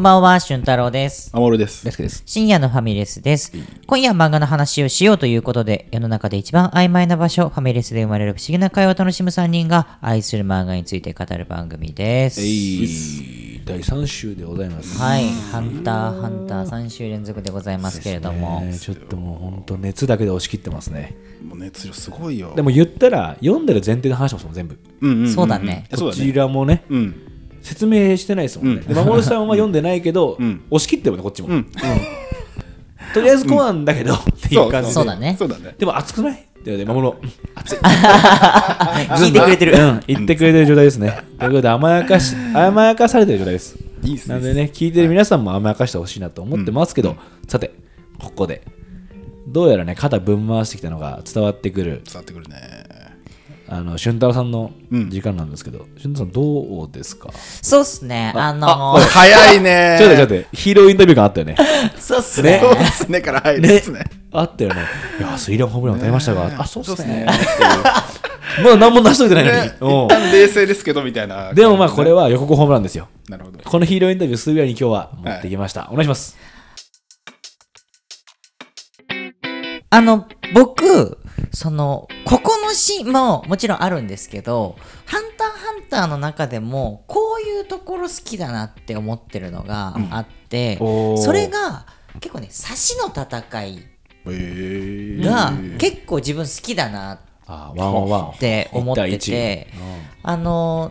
ばんは、俊太郎です。アモルです。レスケです。深夜のファミレスです。今夜は漫画の話をしようということで、世の中で一番曖昧な場所、ファミレスで生まれる不思議な会話を楽しむ3人が愛する漫画について語る番組です。第3週でございます。はい、ハンター、ハンター3週連続でございますけれども、ねえちょっともう本当熱だけで押し切ってますね。もう熱量すごいよ。でも言ったら読んでる前提で話してますもん全部。うんうんんんそうだねいやそこうだちね。らもね、うん。説明してないですもんね。うんで守さんは読んでないけど、ん押し切ってるもんねこっちも。うん。とりあえずコアンだけど、っていう感じで。そうだねそうだね。でも熱くないって言われて守ろう。熱い。聞いてくれてる。うん、言ってくれてる状態ですね。ということで甘やかし、甘やかされてる状態です。いいっすね。なんでね、聞いてる皆さんも甘やかしてほしいなと思ってますけど、さて、ここで、どうやらね、肩ぶん回してきたのが伝わってくる、伝わってくるね。あの、俊太郎さんのうん時間なんですけど、俊太郎さん、どうですかちそうっすね、あのあ早いね。ょっと待って、ちょっと待って、ヒーローインタビュー感あったよね。そうっすね。そうですねから入るですね。あったよね。いや、スリーランホームラン打たれましたが、あ、そうっす ね。っていうまだ何も成し遂げてない一のに。うん旦冷静ですけどみたいな。 でもまあ、これは予告ホームランですよ。なるほど。このヒーローインタビュー、すぐらいに今日は持ってきました。お願いします。あの、僕、その、ここのシーンももちろんあるんですけど、ハンターハンターの中でも、こういうところ好きだなって思ってるのがあって、おーそれが結構ね、差しの戦いえーが結構自分好きだなってあ、ワンオンワン。って思ってて一対一うんあの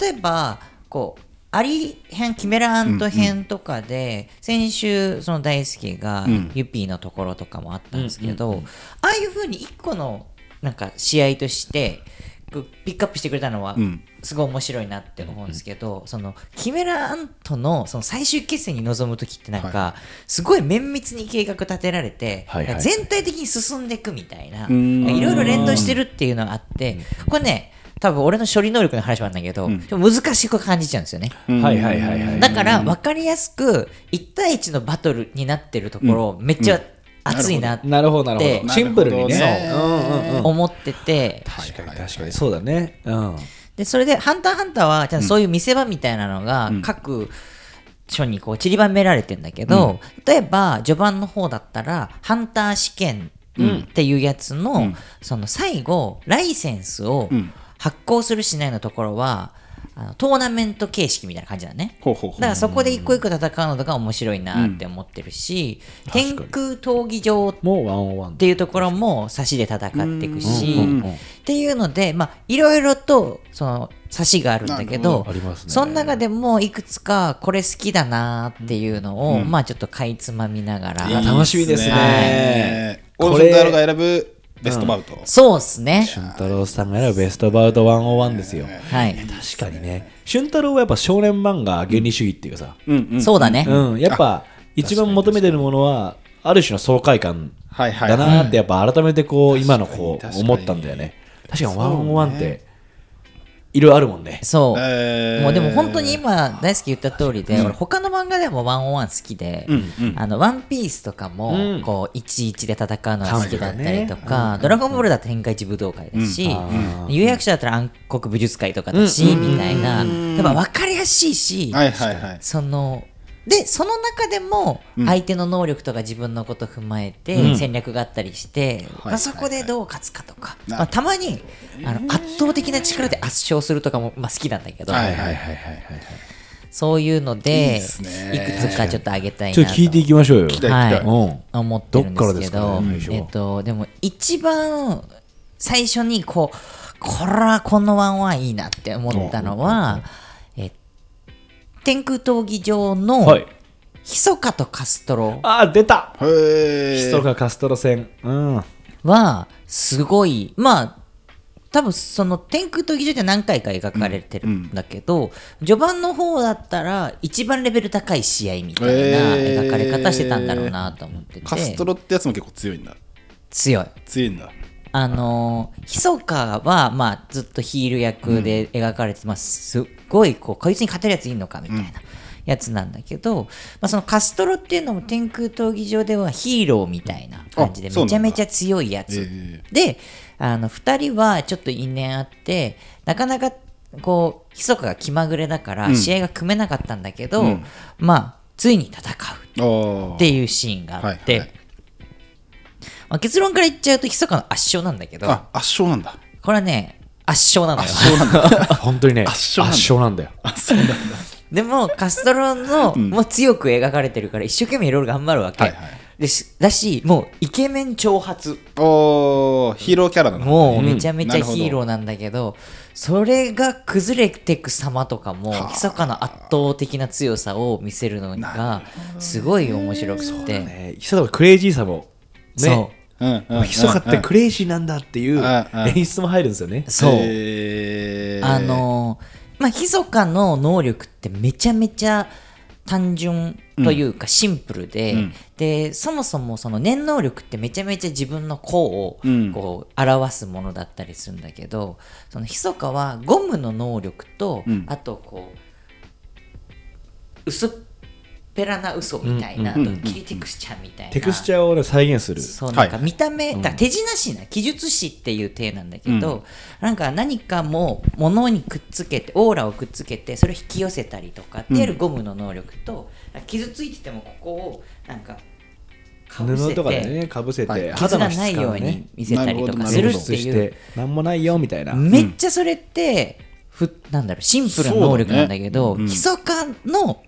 例えばこうアリ編キメラアント編とかで、先週その大輔がうんユピーのところとかもあったんですけど、ああいうふうに一個のなんか試合としてこうピックアップしてくれたのはうんすごい面白いなって思うんですけど、そのキメラアントのその最終決戦に臨む時ってなんか、すごい綿密に計画立てられて、はいはい全体的に進んでいくみたいなうーんいろいろ連動してるっていうのがあってこれね多分俺の処理能力の話もあるんだけど、でも難しく感じちゃうんですよね。はいはいはいはい。だから分かりやすく1対1のバトルになってるところ、めっちゃ熱いなってなるほどなるほでどシンプルにねなるほどねうんうんうん思ってて、確かに確かにそうだねうんでそれで「ハンターハンター」はちゃんとそういう見せ場みたいなのが各書にこう散りばめられてんだけど、例えば序盤の方だったら「ハンター試験」っていうやつの,、その最後ライセンスを発行するしないのところはあのトーナメント形式みたいな感じだね。ほうほうだほからそこで一個一個戦うのが面白いなって思ってるし、天空闘技場もうワンオンワンっていうところも差しで戦っていくし、うんうんうんっていうので、まあ、いろいろとその差しがあるんだけなるどほどありますねその中でもいくつかこれ好きだなっていうのを、まあちょっとかいつまみながらう。いいっ楽しみですはねいオーこルフれンダーロが選ぶベストバウト。そうっすね俊太郎さんが選ぶベストバウトワンオンワンですよはい確かにね俊太郎はやっぱ少年漫画原理主義っていうかさうんうん。そうだね、うんやっぱ一番求めてるものはある種の爽快感はいはいだなーってやっぱ改めてこう今のこ確かうに思ったんだよね確かにワンオンワンっていろいろあるもんねそう、えーもうでも本当に今大好き言った通りで、俺他の漫画でもワンオンワン好きで、あのワンピースとかうもんこう11で戦うのが好きだったりと韓国か、ドラゴンボールだって天下一武道会だし、あー有役者だったら暗黒武術会とかだし、みたいな、やっぱ分かりやすいし、はいはいはい。そのでその中でも相手の能力とか自分のことを踏まえうてん戦略があったりして、はまいあ、そこでどう勝つかとか、なまあ、たまにあの圧倒的な力で圧勝するとかも、まあ、好きなんだけど、はいはいはいはいはいはいそういうのいいでっすねいくつかちょっと上げたいなちょっと聞いていきましょうよ聞きたい聞きたいうん思ってるんですけどっどからですかねえっと、でも一番最初にこうこらこのワンワンいいなって思ったのは、え天空闘技場はのいヒソカとカストロあー出たへヒえ。ソカカストロ戦うんはすごいまあ多分その天空闘技場って何回か描かれてるんだけど、序盤の方だったら一番レベル高い試合みたいなへー描かれ方してたんだろうなと思ってて、カストロってやつも結構強いんだ。強い。強いんだ。あのー、ひそかは、まあ、ずっとヒール役で描かれてます、すっごいこうこいつに勝てるやついんのかみたいなやつなんだけど、まあ、そのカストロっていうのも天空闘技場ではヒーローみたいな感じであそうなんめだちゃめちゃ強いやつえであの2人はちょっと因縁あってなかなかこう密かが気まぐれだから、うん試合が組めなかったんだけど、うんまあついに戦うおーっていうシーンがあって、はいはいまあ、結論から言っちゃうと密かの圧勝なんだけどあ圧勝なんだこれはね圧勝なのよ圧勝なんだ本当にね圧勝なんだなんだよあそうなんだ でもカストロの、もう強く描かれてるから一生懸命いろいろ頑張るわけ、はいはいですだしもうイケメン挑発おーヒーローキャラなのもうめちゃめちなゃるほどヒーローなんだけど,、それが崩れてく様とかもはあ密かな圧倒的な強さを見せるのがすごい面白くて、ねひそかのクレイジーさもそねうんうんうんひそかってクレイジーなんだっていううんうん演出も入るんですよねそう、えーあのーまあひそかの能力ってめちゃめちゃ単純というかシンプルで、うんでそもそもその念能力ってめちゃめちゃ自分の功をうんこう表すものだったりするんだけどそのひそかはゴムの能力と、うんあとこう薄っぺらな嘘みたいな、うんうんあとキリテクスチャーみたいな。テクスチャーをね再現するそうはないんか見た目、だから手品師な記述師っていう体なんだけど、なんか何かも物にくっつけてオーラをくっつけてそれを引き寄せたりとかってやるゴムの能力と、傷ついててもここをなんかかぶせ布とかでて、ねかぶせはてい傷肌がのな質いよ感をうねに見せたりとかなするるほってど露出しいうてなんもないよみたいなめっちゃそれって、ふなんだろうシンプルな能力なんだけそどうだねうん基礎化の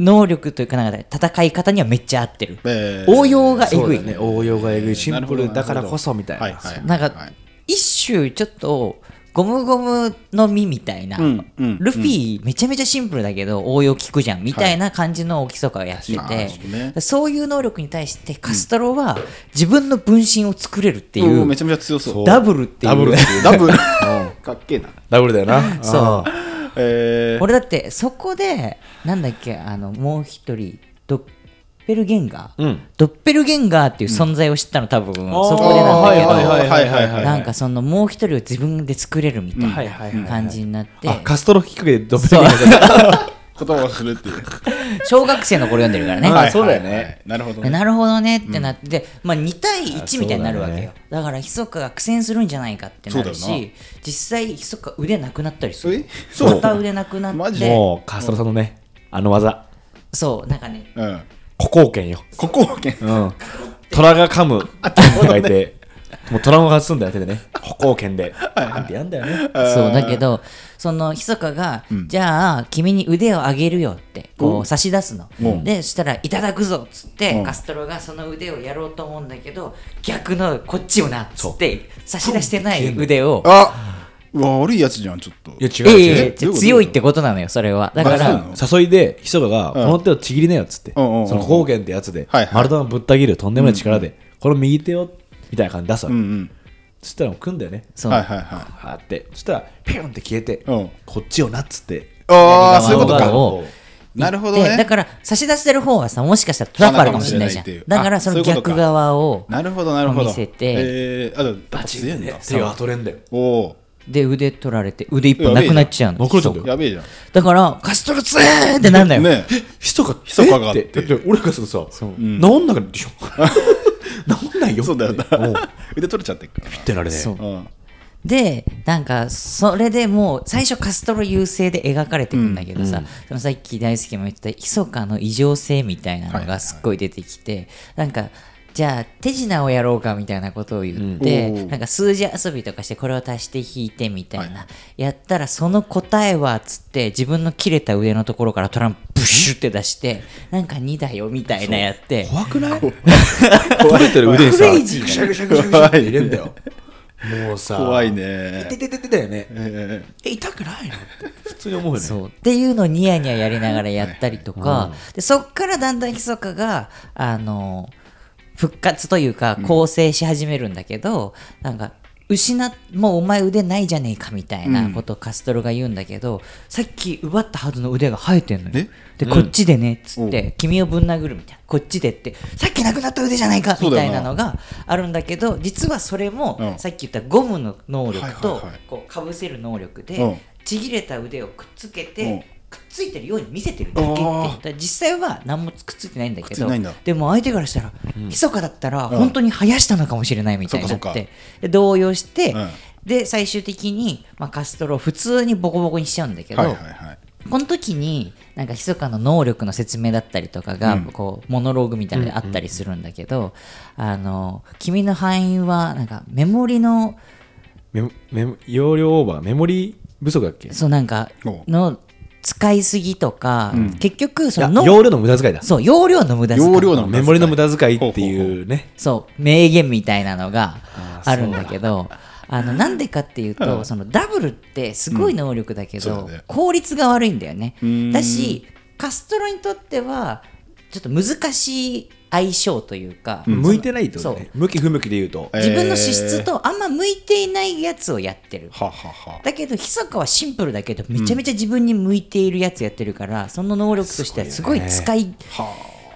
能力というかなんか戦い方にはめっちゃ合ってる、えー応用がえそうぐい、だね応用がえぐいシンプルだからこそみたいなはいはいなんはかい一種ちょっとゴムゴムの実みたいな、うんうんルフィめちゃめちゃシンプルだけど応用効くじゃんみたいな感じの大きさをやってて、はいなるほどねそういう能力に対してカストロは自分の分身を作れるっていおーう、めちゃめちゃ強そうダブルっていうダブルっていうダブルかっけえなダブルだよなそうえー俺だってそこでなんだっけあのもう一人ドッペルゲンガー、うんドッペルゲンガーっていう存在を知ったの多分、あーそこでなんだけど、はいはいはいはいはいなんかそのもう一人を自分で作れるみたはいいはいはいはない感じになって、あカストロきっかけでドッペルゲンガーだっ言葉をするっていう小学生の頃読んでるからね、あそうだよねはいはいはいなるほどでねなるほどねってなって、でまあ、2対1みたいになるわけよあだ,、そうだからひそかが苦戦するんじゃないかってなるそうだよなし実際ひそか腕なくなったりすえるそうまた腕なくなマっジたてもうカストロさんのねあの技そうなんかねうん古貢剣よここをけうん虎が噛むって書いてもう虎が済んだよ手でね歩行剣であんてやんだよねそうだけどそのひそかが、じゃあ君に腕を上げるよってこう差し出すの、うんでそしたらいただくぞっつって、うんカストロがその腕をやろうと思うんだけど逆のこっちをなっつって差し出してない腕をあうわ悪いやつじゃんちょっといや違ういやい違うやいやえどういうこと強いってことなのよそれはだかまあそうらなの誘いでひそかが、こんの手をちぎりなよっつって、うんうんうんうんその貢献ってやつで、はいはい丸太をぶった切るとんでもない力で、この右手をみたいな感じで出すわうけ、んそしたらもう組んだよねうそんうはいはいはいあってそしたらピュンって消えて、うんこっちをなっつってああそういうこと左側かをなるほどでだねから差し出してる方はさもしかしたらトラップあるかもしれないじゃあなのかもしれなんいっていうだからそのあそういうこと逆か側をなるほどなるほど見せてえーあでもやっぱ強いんだね手が取れんだよおおで腕取られて腕一本なくなっちゃうのやべえじゃんそうやべえじゃんだからカストロ強えってなんだよねひそかひそかがあってえだって俺がするとさ治んなくなるでしょ治んない よそうだよなもう腕取れちゃってっからなってなるねそううんでなんかそれでもう最初カストロ優勢で描かれてくんだけどさ、そのさっき大輔も言ってた密かの異常性みたいなのがすっごい出てきて、なんかじゃあ手品をやろうかみたいなことを言って、うんおーなんか数字遊びとかしてこれを足して引いてみたいな、はやったらその答えはっつって自分の切れた腕のところからトランプブシュって出してなんか2だよみたいなやって怖くない取れてる腕にさクレイジーだねぐしゃぐしゃぐしゃぐしゃって入れんだよもうさ怖いねててててだよねええ痛くないのって普通に思うよねそうっていうのをニヤニヤやりながらやったりとか、でそっからだんだんひそかがあの復活というか構成し始めるんだけど、なんか失っもうお前腕ないじゃねえかみたいなことをカストロが言うんだけど、さっき奪ったはずの腕が生えてんのよえでこっちでねっつって、君をぶん殴るみたいなこっちでってさっきなくなった腕じゃないかそうみだたよいななのがあるんだけど実はそれも、うんさっき言ったゴムの能力はといはいはいこうかぶせる能力で、うんちぎれた腕をくっつけて、うんくっついてるように見せてるだけってあーだから実際は何もくっついてないんだけくっついどてないんだでも相手からしたら、密かだったら本当に生やしたのかもしれないみたいになっそっかそてっ、で動揺して、うんで最終的に、まあ、カストロを普通にボコボコにしちゃうんだけど、はいはいはい。この時になんか密かな能力の説明だったりとかが、こうモノローグみたいなのであったりするんだけど、あの君の敗因はなんかメモリのメモメモ容量オーバーメモリ不足だっけそうなんかおの使いすぎとか、結局そいやの容量の無駄遣いだそう容量の無駄遣い容量のメモリの無駄遣いっていうねそう名言みたいなのがあるんだけどあのなんでかっていうとそのダブルってすごい能力だけうど、んそうだね効率が悪いんだよねんだしカストロにとってはちょっと難しい相性というか、向いてないってことそうね向き不向きで言うとえ自分の資質とあんま向いていないやつをやってるははは。だけど密かはシンプルだけどめちゃめちゃ自分に向いているやつやってるからその能力としてはすごい使い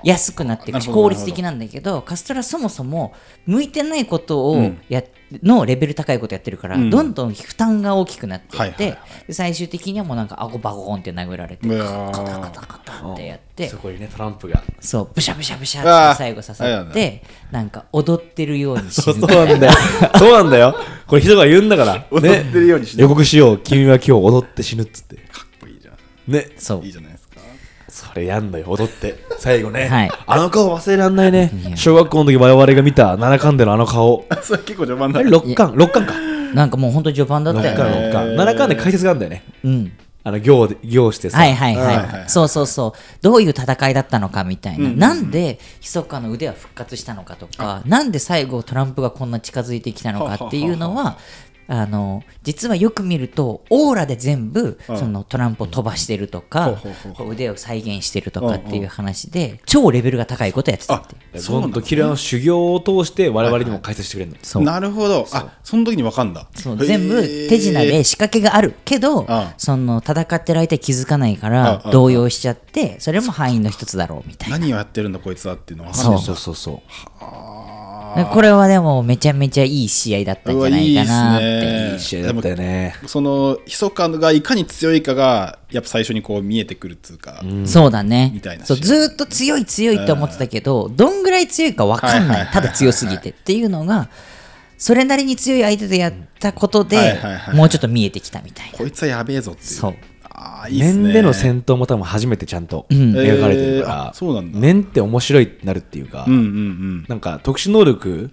やすくなっていくしなるほど効率的なんだけどカストラそもそも向いてないことをやのレベル高いことやってるからどんどん負担が大きくなっていっはいはてで最終的にはもうなんか顎バコーンって殴られてうカわータカタカタってやってそこにねトランプがそうブシャブシャブシャうっわーて最後刺さあれなんっだてなんか踊ってるように死そう ぬみたいななんだよそうなんだよこれ人が言うんだから踊ってるようにしない予告しよう君は今日踊って死ぬっつってかっこいいじゃん。ねそういいじゃないですか。 それやんのよ踊って最後ね、はいあの顔忘れらんないねいや小学校の時我々が見た七巻でのあの顔それ結構序盤あだれ。6巻6巻かなんかもう本当序盤だった6巻よね6巻7巻で解説があるんだよねうんあの行で行してさ、はいはいはい、はいはいはいそうそうそうどういう戦いだったのかみたいな、なんで密かの腕は復活したのかとかなんで最後トランプがこんな近づいてきたのかっていうのはあの実はよく見るとオーラで全部そのトランプを飛ばしてるとほうかほうほうこう腕を再現してるとかっていう話で超レベルが高いことやってたっていうでそうゴなンんとだ。キラの修行を通して我々にも解説してくれるの、そうなるほど。あ、その時にわかんだ。そうへー全部手品で仕掛けがあるけど、ああその戦ってる相手気づかないかあらあ動揺しちゃってそれも敗因の一つだろうみたいな何をやってるんだこいつはっていうのは。そうそうそうそうこれはでもめちゃめちゃいい試合だったんじゃないかなっうわいいてっすねいい試合だったよねその密かがいかに強いかがやっぱ最初にこう見えてくるっつうか、そうだねみたいな試そ合うずーっと強い強いと思ってたけどどんぐらい強いか分かんはいはいなはいいただ強すぎてっていうのがそれなりに強い相手とやったことはいではいはいもうちょっと見えてきたみたいなこいつはやべえぞっていうそうああいいっすね面での戦闘も多分初めてちゃんと描かれてえーるからあ、そうなんだ面って面白いってなるっていうか、うんうんなんか特殊能力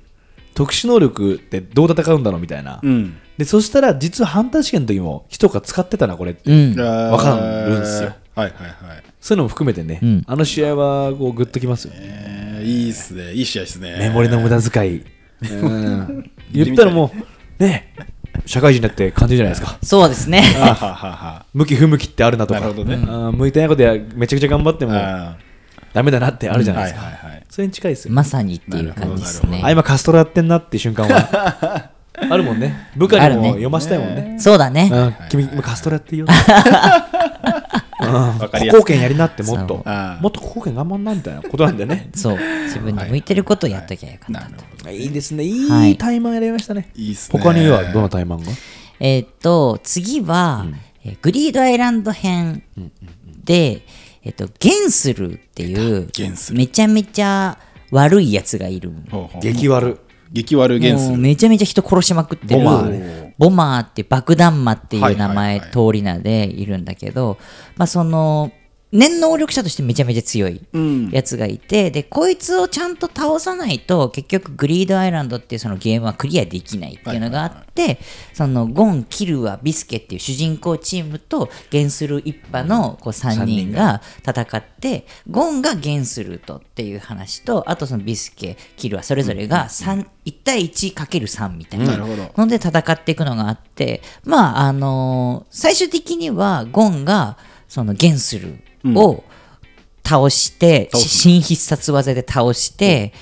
特殊能力ってどう戦うんだろうみたいな、うんうんでそしたら実はハンター試験の時も人が使ってたなこれって、うんわわかるんですよはいはいはいそういうのも含めてね、んあの試合はこうグッときますよね、えー、いいっすねいい試合ですねメモリの無駄遣い、 うん言ったらもうね社会人だって感じじゃないで すかそうですね はははは向き不向きってあるなとかなるほどねうん向いてないことやめちゃくちゃ頑張ってもあダメだなってあるじゃーなはいでいすか、はいはいそれに近いですよ、まさにっていう感じですなねあ今カストロやってんなっていう瞬間は あるもんね部下にも読ませたいもんねそうだねうん君今カストラ やっていいよわかり貢やすい献やりなってもっとそうああもっと貢献頑張んなみたいなことなんだよ ねそう自分に向いてることをやっときゃよかったなるほどいいですねはいいいタイマンやりましたねいいっすね他にはどんなタイマンがえーっと次は、えーグリードアイランド編で、えーっとゲンスルーっていうゲンスルめちゃめちゃ悪いやつがいるほうほう激悪激悪ゲンスもうルめちゃめちゃ人殺しまくってるボボママーー,、ねって爆弾魔っていはいう名はいはい前通り名でいるんだけど、まあその念能力者としてめちゃめちゃ強いうんやつがいて、でこいつをちゃんと倒さないと結局グリードアイランドっていうそのゲームはクリアできないっていうのがあって、そのゴン・キルア・ビスケっていう主人公チームとゲンスルー一派のこう3人が戦って、ゴンがゲンスルーとっていう話とあとそのビスケキルアそれぞれが3 1対 1×3 みたいななるほどので戦っていくのがあってまああのー最終的にはゴンがそのゲンスルーを、倒して倒す新必殺技で倒して、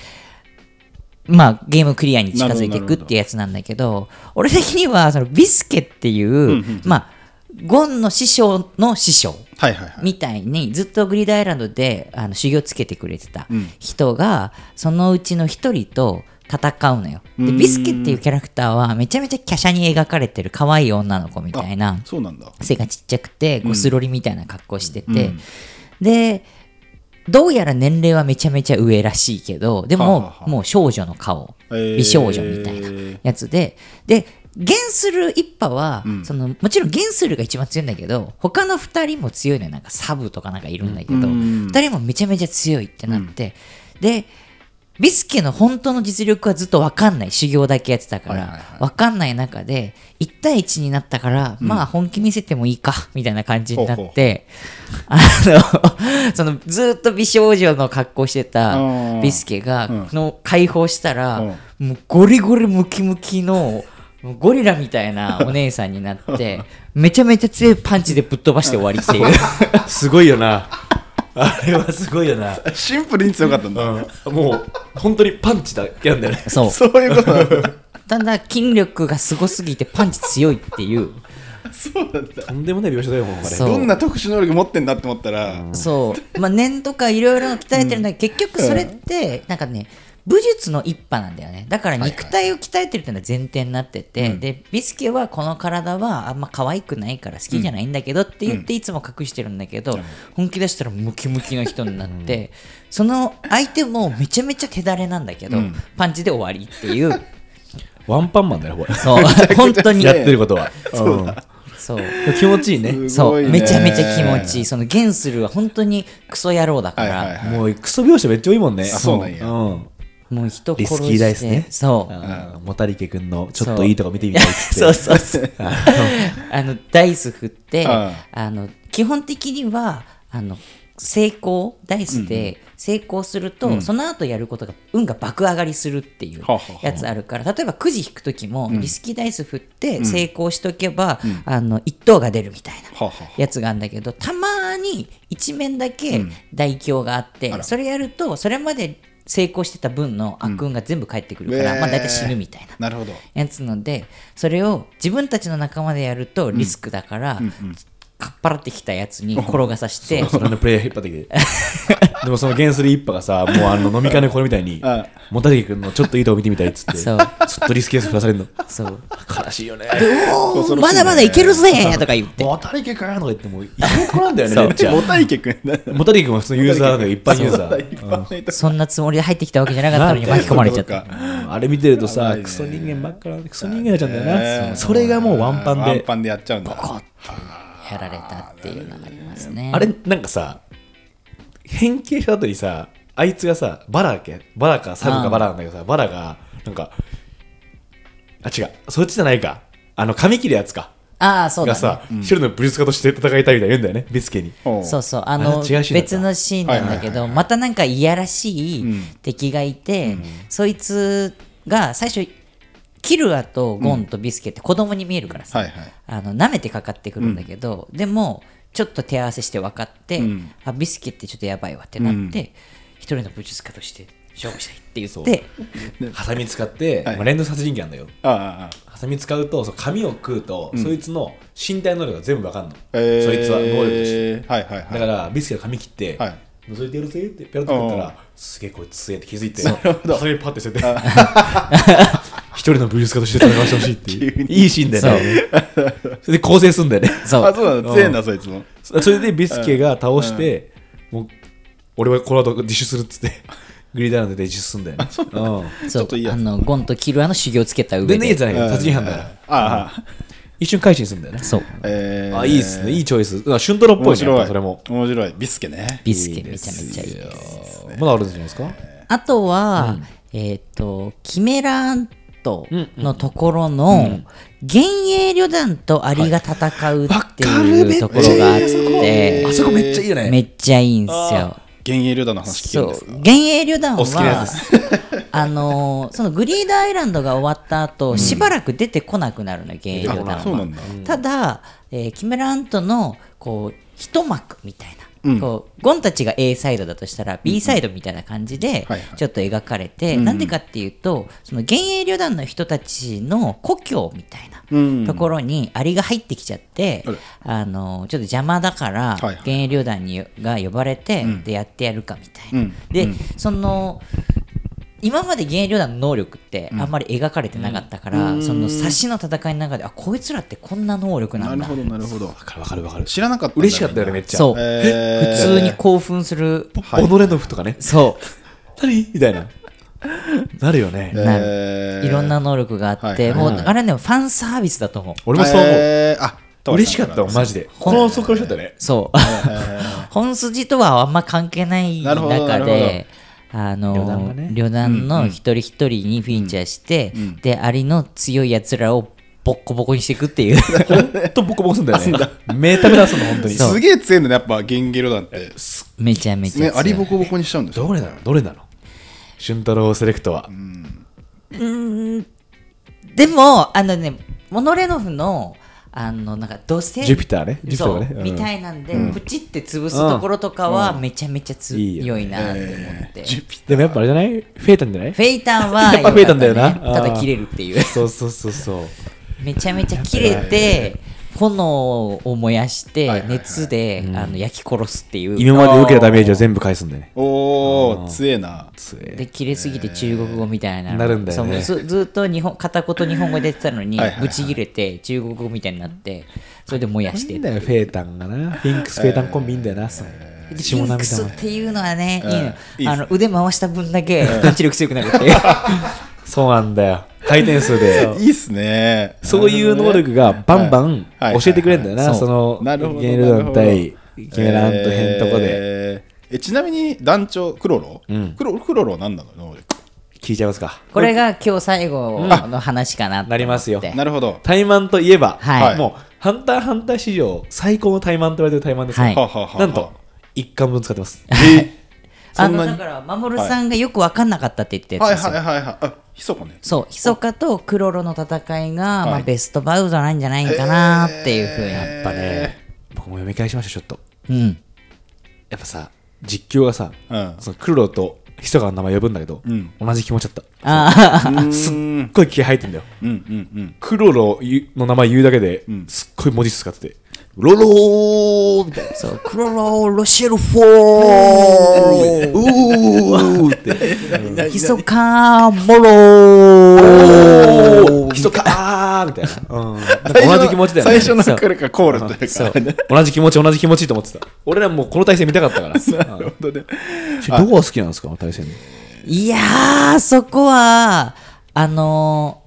まあ、ゲームクリアに近づいていくってやつなんだけど俺的にはそのビスケっていう、まあゴンの師匠の師匠はいはいはいみたいにずっとグリードアイランドであの修行つけてくれてた人が、そのうちの一人と戦うのよでビスケっていうキャラクターはめちゃめちゃ華奢に描かれてる可愛い女の子みたいなそうなんだ背がちっちゃくてゴスロリみたいな格好してて、でどうやら年齢はめちゃめちゃ上らしいけどでもはあはあもう少女の顔へー美少女みたいなやつででゲンスル一派は、そのもちろんゲンスルが一番強いんだけど他の2人も強いのよなんかサブとかなんかいるんだけど、二2人もめちゃめちゃ強いってなって、でビスケの本当の実力はずっと分かんない修行だけやってたから、はいはいはい分かんない中で1対1になったから、まあ本気見せてもいいかみたいな感じになってあの そのずっと美少女の格好してたうんビスケが、うんの解放したら、もうゴリゴリムキムキのもうゴリラみたいなお姉さんになって めちゃめちゃ強いパンチでぶっ飛ばして終わりっていう。すごいよな。あれはすごいよな。シンプルに強かったんだ、うん、もう、本当にパンチだけなんだよね。そう そう いうことなん だただ筋力がすごすぎてパンチ強いっていうそうなんだとんでもない描写だよ、もう、あれ。そうどんな特殊能力持ってんだって思ったら、そう、まあ、念とかいろいろ鍛えてるんだけど、結局それってなんかね武術の一派なんだよねだから肉体を鍛えてるっていうのは前提になってて、でビスケはこの体はあんま可愛くないから好きじゃないんだけどって言っていつも隠してるんだけど、本気出したらムキムキの人になって、 その相手もめちゃめちゃ手だれなんだけど、パンチで終わりっていうワンパンマンだよ、これ。そう本当に やってることは。うんそう気持ちいいね。すそごういねめちゃめちゃ気持ちいいそのゲンスルは本当にクソ野郎だから、はいはいはいもう、クソ描写めっちゃ多いもんね。あそうなんやうんもう人リ殺しスてキーダイスね。そうあー。もたりけくんのちょっといいとこ見てみたいっつって。そうそうそう あのダイス振ってああの基本的にはあの成功ダイスで成功すると、その後やることが運が爆上がりするっていうはあはあはあやつあるから例えばくじ引く時もリスキーダイス振って成功しとけば、あの1等が出るみたいな。はあはあやつがあるんだけどたまに一面だけ代表があって、あらそれやるとそれまで成功してた分の悪運が全部返ってくるから、うんまあ大体死ぬみたいななるほどやつのでそれを自分たちの仲間でやるとリスクだから、かっぱらってきたやつに転がさせてそれのプレイヤー引っ張ってきて。でもそのゲンスリ一派がさ、もうあの飲み会のこれみたいにあ、もたりけくんのちょっといいとこ見てみたいっつって、ちそょうっとリスキーダイス振らされるの。そう悲しいよね。お恐ーろしいねまだまだいけるぜとか言ってもたりけくんとか言ってもう、いい子なん だよね、めっちゃ。もたいけくんだもたりけくんは普通のユーザーだけど、一般ユーザー。一般の人そんなつもりで入ってきたわけじゃなかったのに巻き込まれちゃっそうたかあれ見てるとやばさ、いねクソ人間ばっかりクソ人間になっちゃうんだよな、ねそうそれがもうワンパワンンでパンでやっちゃうんだこうってやられたっていうのがありますねあれなんかさ変形した後にさあいつがさバラだっけバラかサブかバラなんだけどさバラがなんかあ違うそっちじゃないかあの髪切るやつかああそうだ、がね、さ、一人の武術家として戦いたいみたいな言うんだよねビスケにおうそうそうあのあれ違うシーンだった別のシーンなんだけどまたなんかいやらしい敵がいて、そいつが最初キルアとゴンとビスケって子供に見えるからさ、はいはいあの舐めてかかってくるんだけど、でもちょっと手合わせして分かって、あビスケってちょっとやばいわってなって、一人の武術家として勝負したいって言ってハサミ使って、はいまあ、連続殺人鬼なんだよああああハサミ使うとそう髪を食うと、そいつの身体能力が全部わかんの、えーそいつは能力としてはいはいだはかいらビスケが髪切って、はい覗いてやるぜってペロッと言ったうらすげえこいつすげえって気づいてなるほどそれパッて捨てて 一人の武術家として戦わせてほしいって いういいシーンだよね それで構成すんだよねそうあそうなんだ強いんだそいつもそそれでビスケが倒して、もう俺はこの後自首するっつって グリーンダーランドで自首すんだよねうそちょっといいうやあつのゴンとキルアの修行つけたん上全然いいでやつじゃないよ殺人犯だからああ一瞬改心するんだよねそうえーあいいっすねいいチョイスうんシュントロっぽい面ね白やっぱいそれも面白いビスケねビスケめでちゃすめちゃいいよですまだあるんじゃないですかあとは、えっ、と、キメラントのところの、幻影旅団とアリが戦うっていうところがあって、あそこめっちゃいいよねめっちゃいいんですよ。幻影旅団の話聞けるそうんですか幻影旅団お好きなやは あのーそのグリードアイランドが終わった後、しばらく出てこなくなるのよ幻影旅団はあそうなんだただ、えーキメラアントのこう一幕みたいな、うんこうゴンたちが A サイドだとしたら B サイドみたいな感じではいはいちょっと描かれて、なんでかっていうとその幻影旅団の人たちの故郷みたいなうんところにアリが入ってきちゃって、あれあのーちょっと邪魔だから、はいはい幻影旅団にが呼ばれて、でやってやるかみたいな。うんで、その今まで現役旅団の能力ってあんまり描かれてなかったから、その差しの戦いの中であこいつらってこんな能力ななんるだほどなるほどわかるわかるわかる知らなかったんだ嬉しかったよねめっちゃそう、えー普通に興奮する己の負とかねそう何みたいななるよね。なるえーいろんな能力があっはいて、はいもうはいあれね、ファンサービスだと思う。俺もそう思う。えーあ嬉しかったもん、マジで。この速攻しちゃったね。そう。 本筋とはあんま関係ないなるほどな中るほどで、あの旅団がね旅団の一人一人にフィーチャーして、で、アリの強いやつらをボッコボコにしていく っていう。ほんとボコボコすんだよね。めためたすんだ、本当に。そうすげえ強いんだねやっぱゲンゲロ団ってめちゃめちねゃ強い。アリボコボコにしちゃうんですよどれなのどれなの俊太郎セレクトは。でも、あのね、モノレノフの、あの、なんか土星。ジュピターね。ジュピタそーうね。うんみたいなんで、プチって潰すところとかはめちゃめちゃ強いいよねいなって思って。ジュピでもやっぱあれじゃないフェイタンじゃないフェイタンはやっぱフェイタンだよな良かったねただ切れるっていう。そうそうそうそう。めちゃめちゃ切れて、炎を燃やして、熱であの焼き殺すっていう。今まで受けたダメージを全部返すんだよね。おお強えなで切れすぎて中国語みたいななるんだよねそうずずっと日本片言日本語で言ってたのにはいはいはブいチ切れて中国語みたいになってそれで燃やしいていんだよ、フェイタンがな。フィンクス、フェイタンコンビいいんだよな。そうジンクスっていうのはね、いいいのいであすの腕回した分だけパンチ力強くなるっていう そうなんだよ。回転数で。いいっすねそういう能力がバンバンはい教えてくれるんだよはいな、はいそのなるほどゲール団な対るキメラント編とこでえーえちなみに団長クロロ、うんクロクロロは何なの能力聞いちゃいますか。 これが今日最後の話かなと思ってなりますよなるほど、タイマンといえば、はいもうハンターハンター史上最高のタイマンと言われてるタイマンですかはいはあはあはあら、なんと1巻分使ってます。えあそんのなだにから守さんがよく分かんなかったって言ってたはやいつですはいよはいはいあひそかねそう密かとクロロの戦いが、まはあ、いベストバウじゃないんじゃないかなっていうふうに、やっぱね、僕も読み返しました、ちょっと。うんやっぱさ、実況がさ、うんそのクロロとヒソカの名前呼ぶんだけど、うん同じ気持ちだった。すっあうーんごい気合入ってんだよ。うんうんうんクロロの名前言うだけで、んすっごい文字数使ってて、ロローみたいな。 あそうクロロロシェルフォ うーって。ーひそかモローおーひそかーみたいな。うん。最初の同じ気持ちだよね。最初の来るかコールというそかう。同じ気持ち、同じ気持ちと思ってた。俺らもうこの対戦見たかったから。 なるほどねどこが好きなんですか、対戦。いやーそこはあのー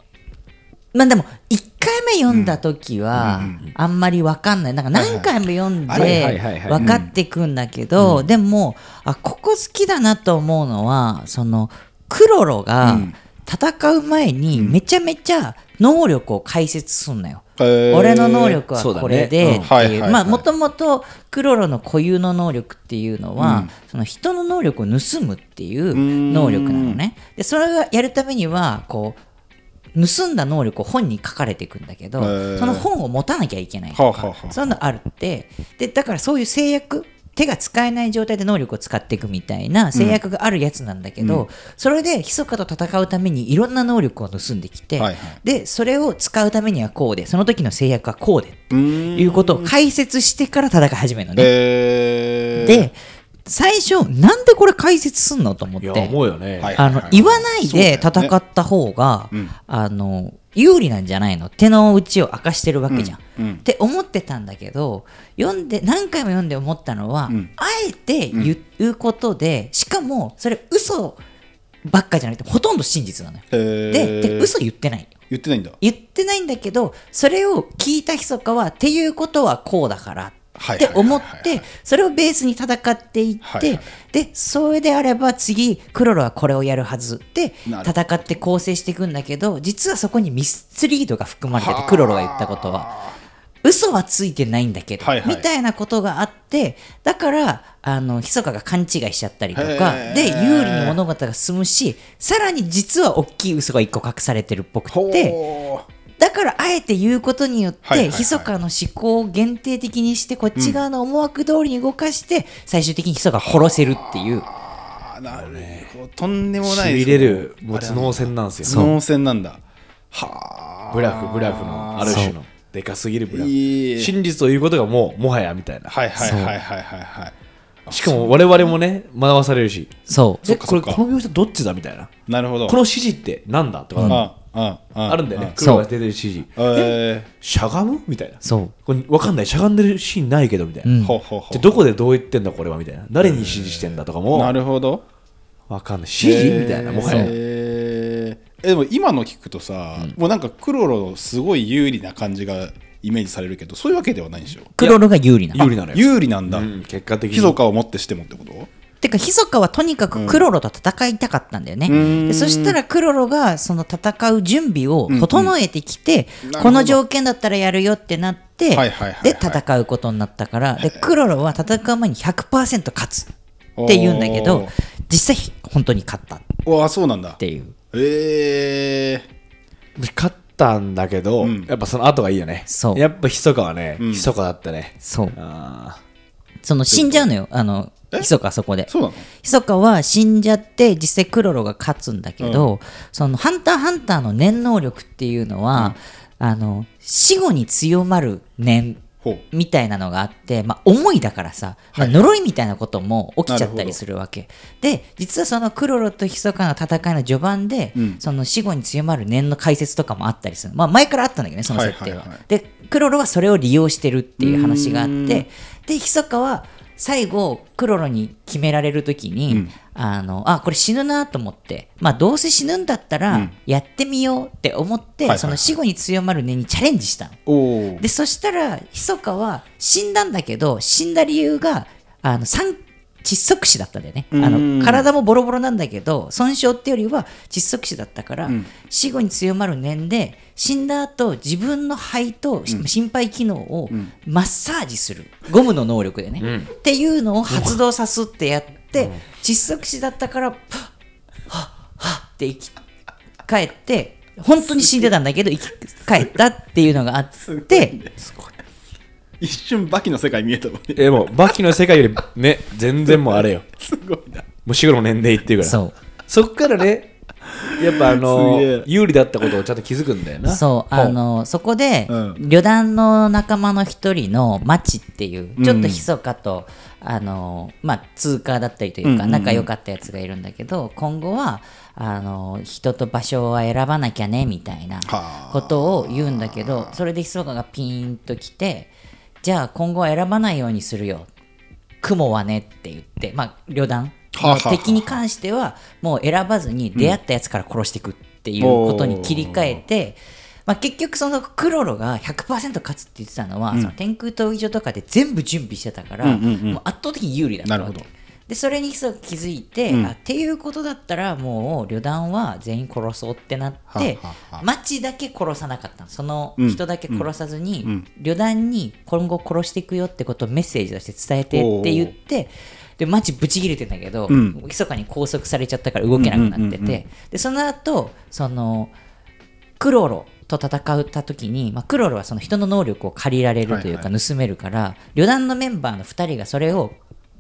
まあでも1回目読んだ時はあんまり分かんないなんか何回も読んはいはいはいではいはい分かってくんだけどでもあここ好きだなと思うのはそのクロロが戦う前にめちゃめちゃ能力を解説すんのよ。へー俺の能力はそうだねこれでうんってはいはいいうはいまあもともとクロロの固有の能力っていうのは、その人の能力を盗むっていう能力なのねでそれをやるためにはこう盗んだ能力を本に書かれていくんだけど、へーその本を持たなきゃいけないとか、はあはあはあそういうのあるってでだからそういう制約手が使えない状態で能力を使っていくみたいな制約があるやつなんだけど、それで密かと戦うためにいろんな能力を盗んできて、はいはいでそれを使うためにはこうでその時の制約はこうでうーんいうことを解説してから戦い始めるのね。えーで最初なんでこれ解説すんのと思っいてや、思うよね。はいあの言わないで戦った方が、んあの有利なんじゃないの手の内を明かしてるわけじゃん。うんうんって思ってたんだけど読んで何回も読んで思ったのは、んあえて言うことで、しかもそれ嘘ばっかじゃなくてほとんど真実なのよ。へーでで嘘言ってない言ってないんだ言ってないんだけどそれを聞いた密かはっていうことはこうだからはっいはいてはいはい思ってそれをベースに戦っていって、はいはいでそれであれば次クロロはこれをやるはずでなるほど戦って構成していくんだけど実はそこにミスリードが含まれててクロロが言ったことは。嘘はついてないんだけど、はいはいみたいなことがあってだからあの密かが勘違いしちゃったりとかへーで有利に物事が進むしさらに実は大きい嘘が一個隠されてるっぽくほてーだからあえて言うことによって、はいはいはい密かの思考を限定的にしてこっち側の思惑通りに動かして、最終的に密かを殺せるっていうあなるほどとんでもないしびれる、もう頭脳戦なんですよ。脳戦なんだはあブラフ、ブラフの、ある種の、でかすぎるブラフ。いい真実を言うことがもう、もはや、みたいな。はいはいはいはいはいはいしかも、我々もね、学ばされるし。そうえ、かこそれ、っかこの描写どっちだみたいな。なるほどこの指示ってなんだとか、ああああるんだよね。そう黒が出てる指示。えしゃがむみたいな。そうこれわかんない、しゃがんでるシーンないけどみたいな。ーほうほうほうじゃあどこでどう言ってんだこれはみたいな。誰に指示してんだとかも、なるほどわかんない CG みたいなもはやえーえでも今の聞くとさ、もうなんかクロロのすごい有利な感じがイメージされるけどそういうわけではないんでしょクロロが有利なの有利なのよ、有利なんだ、うん結果的にひそかを持ってしてもってことてかヒソカはとにかくクロロと戦いたかったんだよね、んでそしたらクロロがその戦う準備を整えてきて、うんなるほどこの条件だったらやるよってなって、はいはいはいはいで戦うことになったからでクロロは戦う前に100%勝つって言うんだけどおー実際本当に勝ったっうわあそうなんだていうええ勝ったんだけど、うんやっぱその後がいいよねそうやっぱひそかはねうんひそかだったね、そうあその死んじゃうのよあのえヒソカはそこでそうなのヒソカは死んじゃって実際クロロが勝つんだけど、そのハンターハンターの念能力っていうのは、あの死後に強まる念ほうみたいなのがあって、まあ、思いだからさ、まあ、呪いみたいなことも起きちゃったりするわけで実はそのクロロとヒソカの戦いの序盤で、うんその死後に強まる念の解説とかもあったりする、まあ、前からあったんだけどねその設定は,、はいはいはいでクロロはそれを利用してるっていう話があっうーんてでヒソカは最後クロロに決められる時に、うんあのあこれ死ぬなと思って、まあ、どうせ死ぬんだったうらんやってみようって思って、はいはいその死後に強まる念にチャレンジしたの。おおでそしたらひそかは死んだんだけど死んだ理由があの三窒息死だったんだよねあうんの体もボロボロなんだけど損傷ってよりは窒息死だったから、うん死後に強まる念で死んだ後自分の肺と、心肺機能をマッサージするゴムの能力でね、っていうのを発動さすってやって、窒息死だったからパッって生き返って本当に死んでたんだけど生き返ったっていうのがあって一瞬バキの世界見えたもんね ーえもうバキの世界よりね全然もうあれよすごいなもう死後の年齢いっていうからそそっからねやっぱあのすげえ有利だったことをちゃんと気づくんだようなそうあのそこで、うん旅団の仲間の一人のマチっていうちょっとうんひそかと、あのまあ通貨だったりといううんうんかうん仲良かったやつがいるんだけど今後はあの人と場所は選ばなきゃねみたいなはあことを言うんだけどそれでひそかがピーンときてじゃあ今後は選ばないようにするよ雲はねって言ってまあ旅団はあはあはあ敵に関してはもう選ばずに出会ったやつから殺していくっていうことに切り替えて、まあ、結局そのクロロが100%勝つって言ってたのは、その天空闘技場とかで全部準備してたから、うんうんうんもう圧倒的に有利だったわけなるほでそれにそう気づいて、うんあっていうことだったらもう旅団は全員殺そうってなってはははマッチだけ殺さなかったのそのうん人だけ殺さずに、ん旅団に今後殺していくよってことをメッセージとして伝えてって言ってでマッチブチ切れてんだけど、うん密かに拘束されちゃったから動けなくなってて、うんうんうんうんでその後そのクロロと戦った時に、まあ、クロロはその人の能力を借りられるというはかい盗めるから、旅団のメンバーの2人がそれを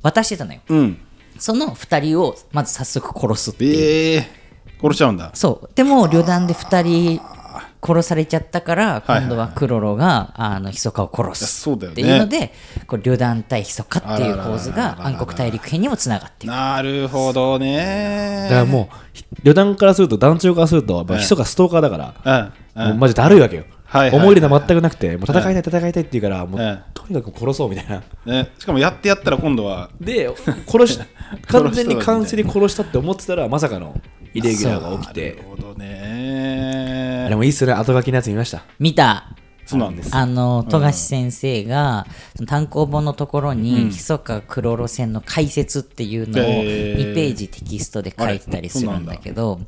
渡してたのようんその2人をまず早速殺すっていう、ええ殺しちゃうんだそうでも旅団で2人殺されちゃったからはいはい今度はクロロがあのヒソカを殺すそうだよっていうのねでこう旅団対ヒソカっていう構図あらららららがら暗黒大陸編にもつながっていくなるほどねだからもうひ旅団からすると団長からするとやっぱはいひそかストーカーだかうんうら、んもうマジだるいわけよ、はいはいはい思い入れが全くなくてもう戦いたい戦いたいって言うからもうう、んとにかく殺そうみたいなね、しかもやってやったら今度はで 殺し完全殺したのににね完成に殺したって思ってたらまさかのイレギュラーが起きなてるほどあれねもいいっすよね後書きのやつ見 ました見たそうなんですあの富樫先生が、その単行本のところに「ひそかクロロ戦の解説」っていうのをへー2ページテキストで書いてたりするんだけど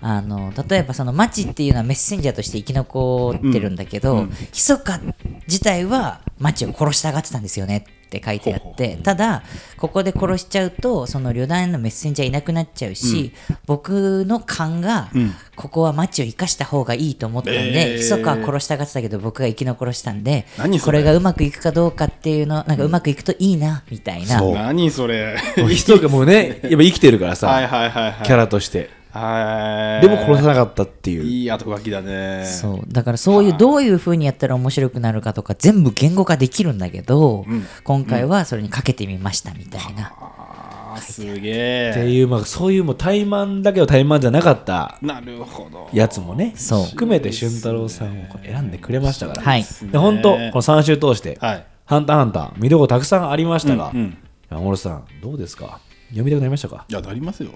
あの例えばその「マチ」っていうのはメッセンジャーとして生き残ってるんだけどひそか自体はマチを殺したがってたんですよねって書いてあほうっほてただここで殺しちゃうとその旅団へのメッセンジャーいなくなっちゃうし、僕の勘が、ここはマチを生かした方がいいと思ったんで、えーひそかは殺殺したがってたけど僕が生き残らしたんで何それこれがうまくいくかどうかっていうのなんかうまくいくといいなみたいな、そう何それもうひそかもう ねやっぱ生きてるからさ、はいはいはいはいキャラとしてはいでも殺さなかったっていう、いい後書きだねそうだからそういうどういう風にやったら面白くなるかとか全部言語化できるんだけど、今回はそれにかけてみましたみたいな、あーすげってえいう、まあ、そういうもう怠慢だけど怠慢じゃなかったなるほどやつもねそう含めて俊太郎さんをこう選んでくれましたから、はいで本当この3週通して「はいハンターハンター」見どころたくさんありましたが、うんうん山室さんどうですか読みたくなりましたかいやなりますよ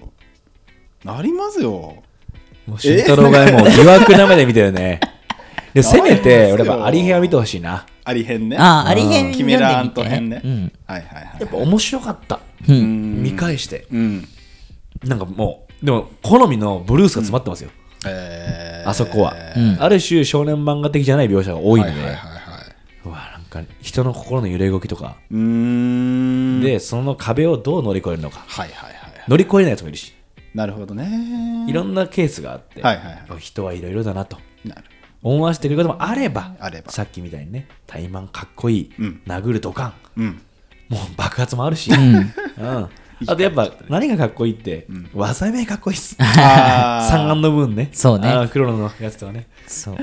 なりますよもう慎太郎がもう疑惑な目で見てるね。で、せめて、そう俺ですよはアリ編は見てほしいな。ありへんねあーありへんキメラアント読ん編でみねてうんはいはいはいやっぱ面白かった。うん見返して。うんなんかもう、でも、好みのブルースが詰まってますよ。えーあそこは、んある種少年漫画的じゃない描写が多いのはで、いはいはいはいうわなんか人の心の揺れ動きとか、うーんでその壁をどう乗り越えるのかはいはいはい乗り越えないやつもいるしなるほどねいろんなケースがあって、はいはいは人はいろいろだなとなる思わせてくれることもあればあればさっきみたいにね怠慢かっこいい、うん殴るドカン うんもう爆発もあるし、うんあとやっぱ何がかっこいいって、技名かっこいいっすあ三眼の分ねそうねあの黒のやつとかねそうあ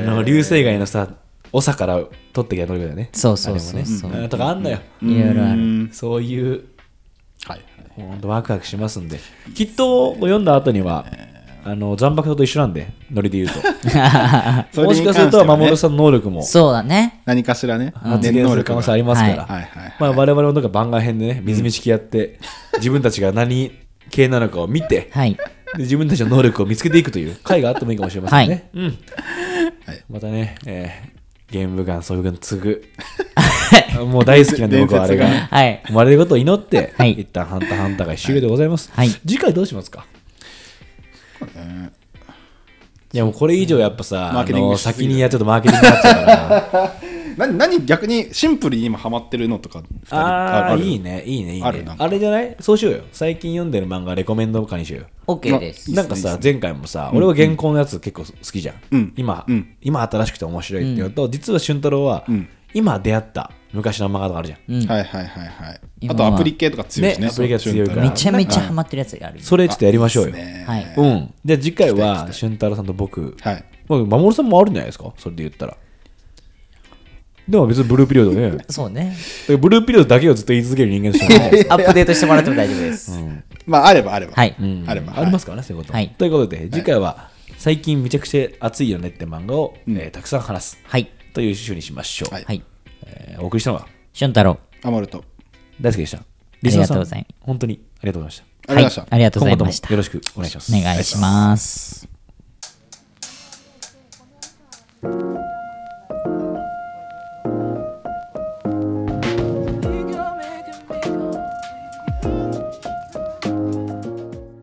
の流星街のさ長から取ってきゃ乗るだよねそうそうそうそうあれもねうんとかあんだよ、いろいろあるそういうはいほんとワクワクしますんできっと読んだ後にはあの残爆と一緒なんでノリで言うともしかすると守守さんの能力もそうだね何かしらね発言する可能性ありますかはら、いはいはいはいまあ、我々もなんか番外編でね水道式やって、自分たちが何系なのかを見てはいで自分たちの能力を見つけていくという回があってもいいかもしれませんね。うんはいまたね、えーゲームガン、ソフガン継ぐ。もう大好きなんで僕はあれ伝が。はい生まれることを祈って、はい一旦ハンターハンターが終了でございます。はい次回どうしますかいやもうこれ以上やっぱさ、マーケティングあのしすぎる先にやっちゃうとマーケティングになっちゃ うから何何逆にシンプルに今ハマってるのとか二人ああーるいいねいいねいいあるねなんかあれじゃないそうしようよ最近読んでる漫画レコメンドかにしようよ OK ですなんかいいっさ前回もさ俺は原稿のやつ結構好きじゃん、うん今、うん今新しくて面白いっていうのと、実は俊太郎は、ん今出会った昔の漫画とかあるじゃん、はいはいはいはい今あはとアプリ系とか強いしねねアプリ系強いからめちゃめちゃハマってるやつがあるよそれちょっとやりましょうよ、ねはいうんで次回は俊太郎さんと僕、はいまあ守さんもあるんじゃないですかそれで言ったらでも別にブルーピリオドねだかそう ねらブルーピリオドだけをずっと言い続ける人間としてもね アップデートしてもらっても大丈夫ですまああればあればはいあればありますすからね、そういうこと。はいということで、次回は最近めちゃくちゃ熱いよねって漫画を、えーたくさん話すはいという趣旨にしましょう。はいはいえーお送りしたのは俊太郎ハマると大好きでした。りがとうございますリスナーさん本当にありがとうございました。ありがとうございましたはいありがとうござい今後とまもしたよろしくお願いします。お願いします